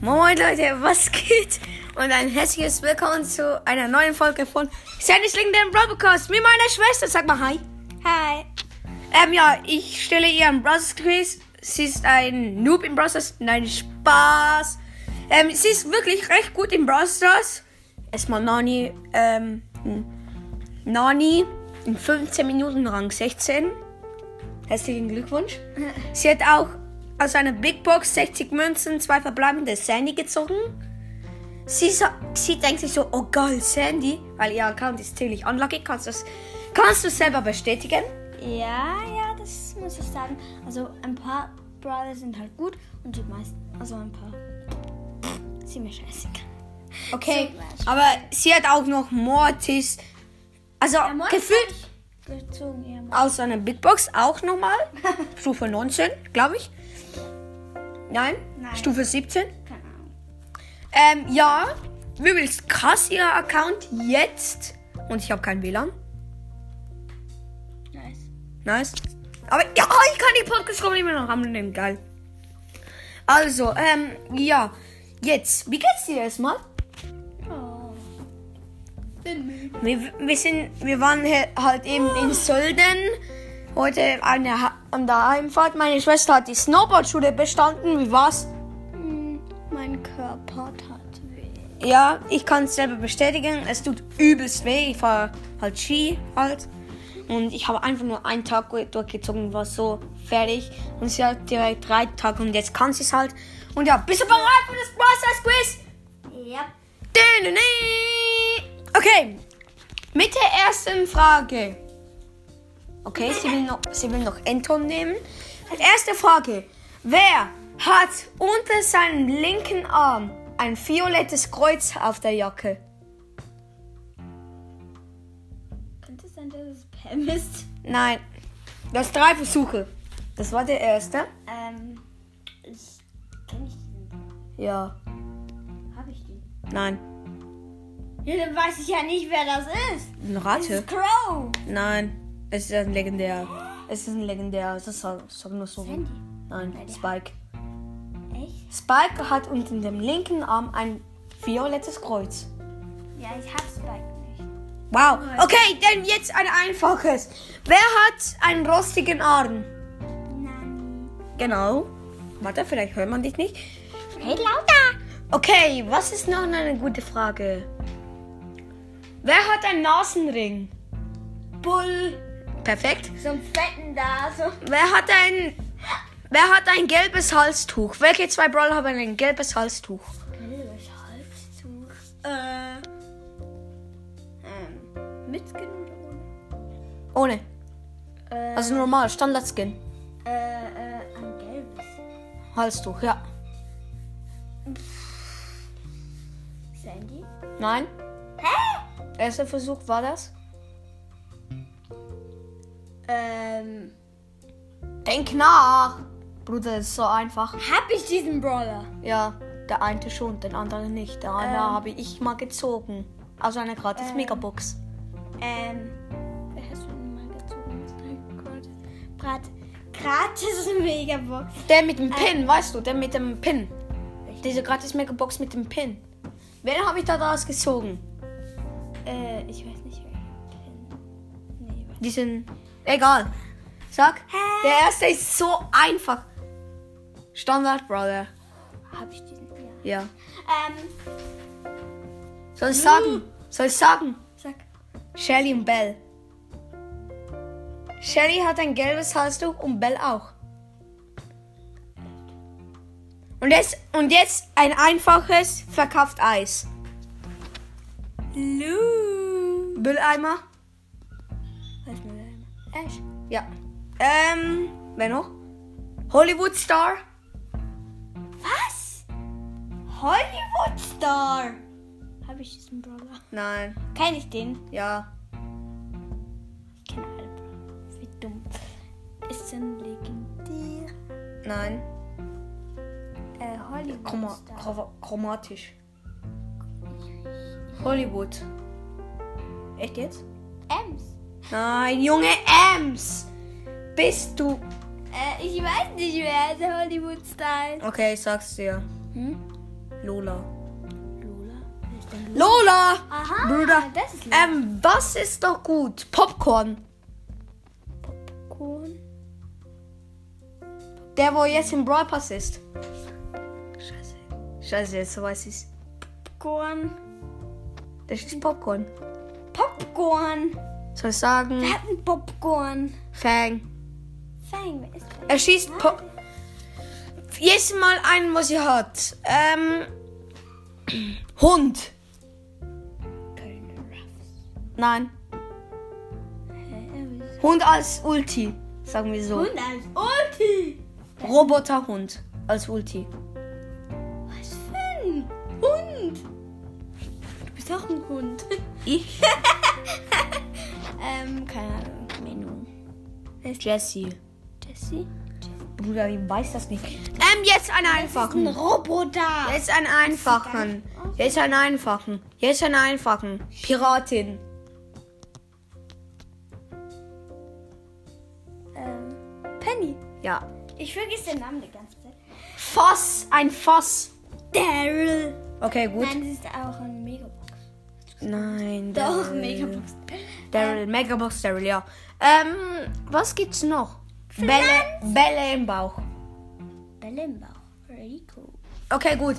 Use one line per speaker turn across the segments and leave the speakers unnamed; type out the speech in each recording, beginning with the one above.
Moin Leute, was geht? Und ein herzliches Willkommen zu einer neuen Folge von Sandy Sling den Broadcast mit meiner Schwester. Sag mal Hi.
Hi.
Ähm, ja, ich stelle ihr ein Brothers Quiz. Sie ist ein Noob in Brothers. Nein, Spaß. Ähm, sie ist wirklich recht gut in Brothers. Erstmal Nani, ähm, Nani in 15 Minuten Rang 16. Herzlichen Glückwunsch. Sie hat auch aus einer Big Box 60 Münzen, zwei verbleibende Sandy gezogen. Sie, so, sie denkt sich so, oh geil, Sandy, weil ihr Account ist ziemlich unlucky. Kannst, du's- kannst du selber bestätigen?
Ja, ja, das muss ich sagen. Also ein paar Brother sind halt gut und die meisten, also ein paar sind mir scheißegal.
Okay,
Zum Beispiel.
aber sie hat auch noch Mortis. Also
Mortis
gefühlt
Gezogen, ja. Mann.
aus einer Big Box auch nochmal. Stufe 19, glaube ich. Nein,
Nein.
Stufe 17.
Keine Ahnung.
Ähm, ja, übelst krass ihr Account jetzt. Und ich habe kein WLAN.
Nice.
Nice. Aber ja, ich kann die Podcast kommen immer noch annehmen. Geil. Also, ähm, ja. Jetzt, wie geht's dir erstmal?
Oh. Bin müde.
Wir, wir, sind, wir waren he- halt eben in Sölden. Heute an der, Ha- an der Heimfahrt. Meine Schwester hat die Snowboardschule bestanden. Wie war's?
Hm, Mein Körper tat weh.
Ja, ich kann es selber bestätigen. Es tut übelst weh. Ich fahre halt Ski halt. Und ich habe einfach nur einen Tag gut durchgezogen, war so fertig. Und sie hat direkt drei Tage und jetzt kann sie es halt. Und ja, bist du bereit für das Process Quiz?
Ja.
Okay, mit der ersten Frage. Okay, sie will noch, sie will noch Anton nehmen. Erste Frage. Wer hat unter seinem linken Arm ein violettes Kreuz auf der Jacke?
Könnte es sein, dass es Pam ist?
Nein, das drei Versuche. Das war der erste.
Ähm, ich kenne ich den.
Ja,
Habe ich den?
nein.
Ja, dann weiß ich ja nicht, wer das ist.
Ein
Das
Ratte?
ist Crow.
Nein, es ist ein legendär. Es ist ein legendär. Das ist sag sag nur so.
Sandy.
Nein, Spike.
Echt?
Spike hat unter dem linken Arm ein violettes Kreuz.
Ja, ich hab Spike nicht.
Wow. Okay, dann jetzt ein einfaches. Wer hat einen rostigen Arm?
Nani.
Genau. Warte, vielleicht hört man dich nicht.
Hey, lauter!
Okay, was ist noch eine gute Frage? Wer hat einen Nasenring?
Bull!
Perfekt.
So ein Fetten da, so.
Wer hat ein Wer hat ein gelbes Halstuch? Welche zwei Brawler haben ein gelbes Halstuch?
Gelbes Halstuch. Äh. Ähm. Mitgenommen?
Ohne.
Äh,
Also normal, Standard-Skin.
äh, äh, ein gelbes.
Halstuch, ja.
Sandy?
Nein? Erster Versuch war das?
Ähm.
Denk nach! Bruder, das ist so einfach.
Hab ich diesen Brawler?
Ja, der eine schon, den anderen nicht. Der andere
Ähm.
habe ich mal gezogen. Also eine gratis Megabox.
Ähm. Wer hast du denn mal gezogen? Nein, Gott. Brat. Gratis Megabox.
Der mit
Ähm.
dem Pin, weißt du, der mit dem Pin. Diese gratis Megabox mit dem Pin. Wen habe ich da draus gezogen?
Äh, ich weiß nicht, wer ich bin. Nee, warte.
Diesen. Egal. Sag. Der erste ist so einfach. Standard, Brother.
Hab ich diesen? Ja.
Ja.
Ähm,
Soll ich sagen? Soll ich sagen?
sag.
Shelly und Bell. Shelly hat ein gelbes Halstuch und Bell auch. Und jetzt, und jetzt ein einfaches verkauft Eis.
Lou.
Mülleimer?
Was mit deinem? Ash.
Ja. Ähm, wer noch? Hollywood Star?
Was?
Hollywood Star?
Habe ich diesen Brawler?
Nein,
Kenn ich den?
ja.
Ich kenne alle Brawler. Wie dumm. Ist ein legendär.
Nein.
Äh, Hollywood.
Chroma
Star.
chro- chromatisch. Hollywood. Echt jetzt?
Ems.
Nein, Junge Ems! Bist du.
Äh, ich weiß nicht, wer der Hollywood Star ist.
Okay, ich sag's dir.
Hm?
Lola.
Lola? Wer ist denn Lola?
Lola!
Aha,
Bruder.
das ist Lola.
Ähm, was ist doch gut? Popcorn.
Popcorn.
Der, wo jetzt im Brawl Pass ist. Scheiße. Scheiße, jetzt weiß ich's.
Popcorn.
Da steht Popcorn.
Popcorn.
Soll ich sagen?
Wer hat ein Popcorn?
Fang.
Fang, wer ist Fang?
Er schießt Pop. Jedes Mal einen, was er hat. Ähm. Hund.
Köln Ruffs.
Nein.
Hä?
Hund als Ulti. Sagen wir so.
Und als Ulti.
Roboterhund als Ulti.
Was für ein Hund? Du bist auch ein Hund.
Ich?
ähm, keine Ahnung. Menu.
Jesse.
Jessie?
Bruder, ich weiß das nicht. Ähm, jetzt einen einfachen.
Ein Roboter.
Jetzt einen einfachen. Jetzt einen einfachen. Jetzt einen einfachen. Piratin.
Ähm, Penny.
Ja.
Ich vergesse den Namen die ganze Zeit.
Fass. Ein Fass.
Daryl.
Okay, gut.
Nein, das ist auch ein Megabox.
Nein.
Doch,
Daryl.
Megabox.
Daryl. Megabox Daryl, ja. Ähm, was gibt's noch? Bälle, Bälle im Bauch.
Bälle im Bauch. Rico.
Okay, gut.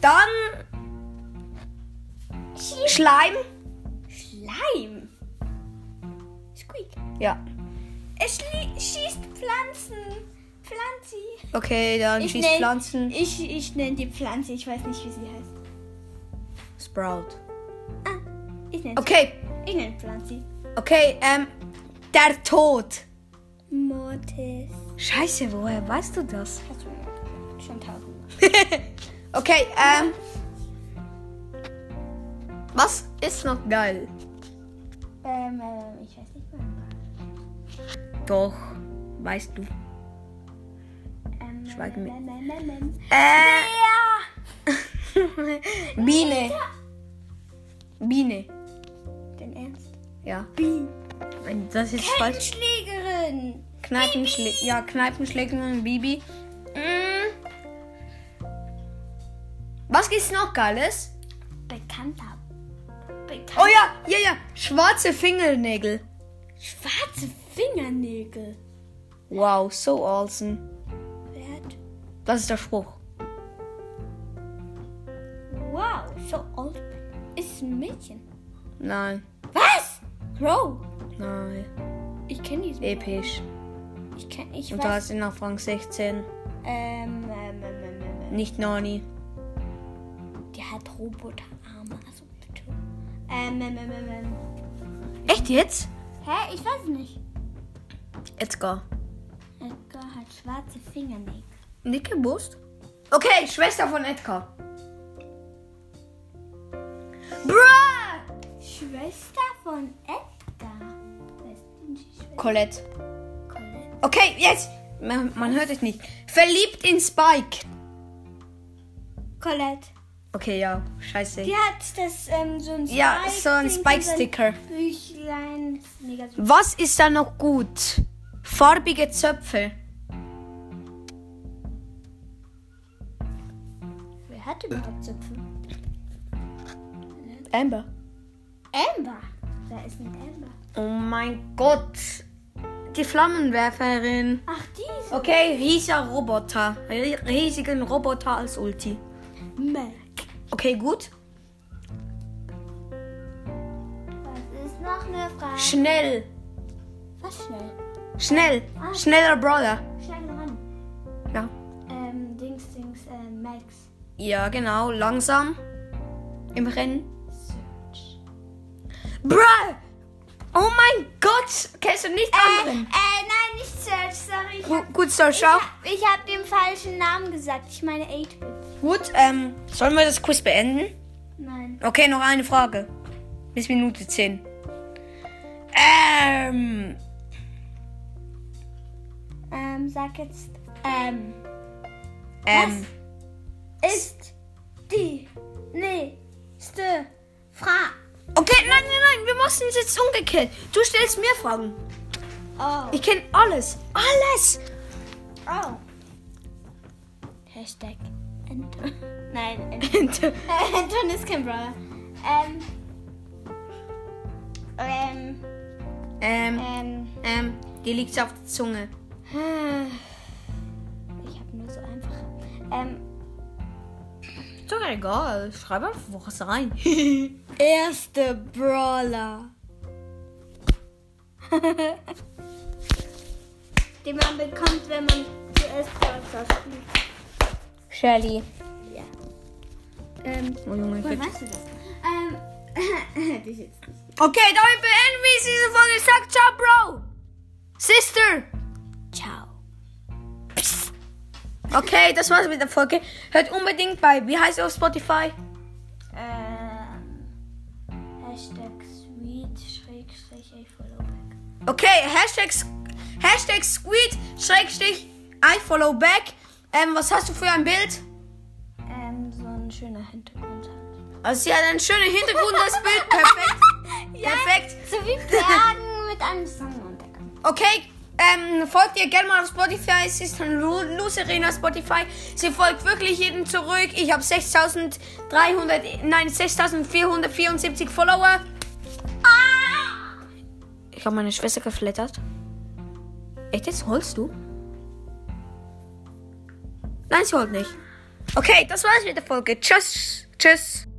Dann. Schleim.
Schleim. Squeak.
Ja.
Er schli- schießt Pflanzen. Pflanzi.
Okay, dann schießt
nenn-
Pflanzen.
Ich, ich nenne die Pflanze. Ich weiß nicht, wie sie heißt.
Sprout.
Ah, ich nenne
Okay,
Ich nenne Pflanzi.
okay, ähm. Der Tod.
Mortis.
Scheiße, woher weißt du das?
Hast du mir gesagt. schon tausendmal.
okay, ähm. Was ist noch geil?
Ähm, ähm, ich weiß nicht mehr.
Doch, weißt du.
Ähm,
Schweigen wir.
ähm, ähm, ähm, ähm.
Äh,
Ja.
Biene. Biene.
Den Ernst.
Ja,
Bienen.
nein, das ist falsch.
Kettenschlägerin.
Kneipenschlä ja, Kneipenschlägerin Bibi. Mm. Was gibt's noch Geiles?
Bekannter. Bekannter.
Oh ja, ja, ja. Schwarze Fingernägel.
Schwarze Fingernägel.
Wow, so awesome.
Wert.
Das ist der Spruch.
Wow, so alt. Ist ein Mädchen.
Nein,
Was? Crow.
nein.
Ich kenne diesen.
Episch.
Ich kenne. Ich
Und da
weiß.
ist nach Frank 16.
Ähm, ähm, ähm, ähm, ähm, ähm.
Nicht Nani.
Die hat Roboterarme. Also bitte. Ähm, ähm, ähm, ähm, ähm.
Echt jetzt?
Hä? Ich weiß nicht.
Edgar.
Edgar hat schwarze Fingernägel.
Nicke Bust? Okay, Schwester von Edgar. Bruh!
Schwester von Edgar. Wer ist denn die Schwester?
Colette.
Colette.
Okay, jetzt! Man, man hört dich nicht. Verliebt in Spike.
Colette.
Okay, ja. Scheiße.
Die hat das ähm, so ein
Ja, so ein
Ding,
Spike-Sticker.
so ein Büchlein. Das ist Mega süß.
Was ist da noch gut? Farbige Zöpfe.
Wer hat überhaupt Zöpfe?
Amber.
Amber. Wer ist denn Amber?
Oh mein Gott. Die Flammenwerferin.
Ach, die ist
Okay, riesiger Roboter. Rie- Riesigen Roboter als Ulti.
Mac.
Okay, gut.
Was ist noch eine Frage?
Schnell.
Was schnell?
Schnell. Schneller Brawler.
Schnell ran.
Ja.
Ähm, Dings, Dings, ähm, Max.
Ja, genau. Langsam. Im Rennen.
Search.
Bruh! Oh mein Gott! Kennst du nicht
Äh, äh,
anderen?
nein, nicht Search, sorry. Ich,
Gu- Gut, Sir, schau.
ich habe den falschen Namen gesagt. Ich meine 8-Bit.
Gut, ähm, sollen wir das Quiz beenden?
Nein.
Okay, noch eine Frage. Bis Minute 10. Ähm,
Ähm, sag jetzt, ähm.
ähm,
ist die nächste Frage.
okay, nein, nein, nein, wir machen es jetzt umgekehrt. Du stellst mir Fragen.
Oh.
Ich kenne alles. Alles!
oh. Hashtag Enter. Nein, Enter.
Ente.
Äh, Anton ist kein Brawler. Ähm. Ähm.
Ähm,
Ähm.
ähm, die liegt auf der Zunge.
Ich habe nur so einfache. Ähm.
Ist doch egal. Schreib einfach was rein.
Erste Brawler. Den man bekommt, wenn man zuerst Brawler spielt.
Shelly.
Ja. Ähm.
Oh Junge, ich
Woher
bin-
weißt du das? Ähm. hätte ich jetzt nicht.
Okay, damit beenden wir jetzt diese Folge. Ich sag ciao, Bro. Sister.
Ciao.
Okay, das war's mit der Folge. Hört unbedingt bei. Wie heißt ihr auf Spotify?
Ähm. Hashtag sweet schrägstrich ich follow back.
Okay, Hashtag, Hashtag Squid, Schrägstrich, I follow back. Ähm, was hast du für ein Bild?
Ähm, so ein schöner Hintergrund.
Also, sie hat einen schönen Hintergrund, das Bild. Perfekt.
ja,
Perfekt.
So wie Bergen mit einem Sonnenuntergang.
Okay, ähm, folgt ihr gerne mal auf Spotify. Es ist ein Lu- Lucerina Spotify. Sie folgt wirklich jeden zurück. Ich habe 6300, nein, 6474 Follower. Ah! Ich habe meine Schwester geflattert. Echt, jetzt holst du? Nein, sie holt nicht. Okay, das war's mit der Folge. Tschüss. Tschüss.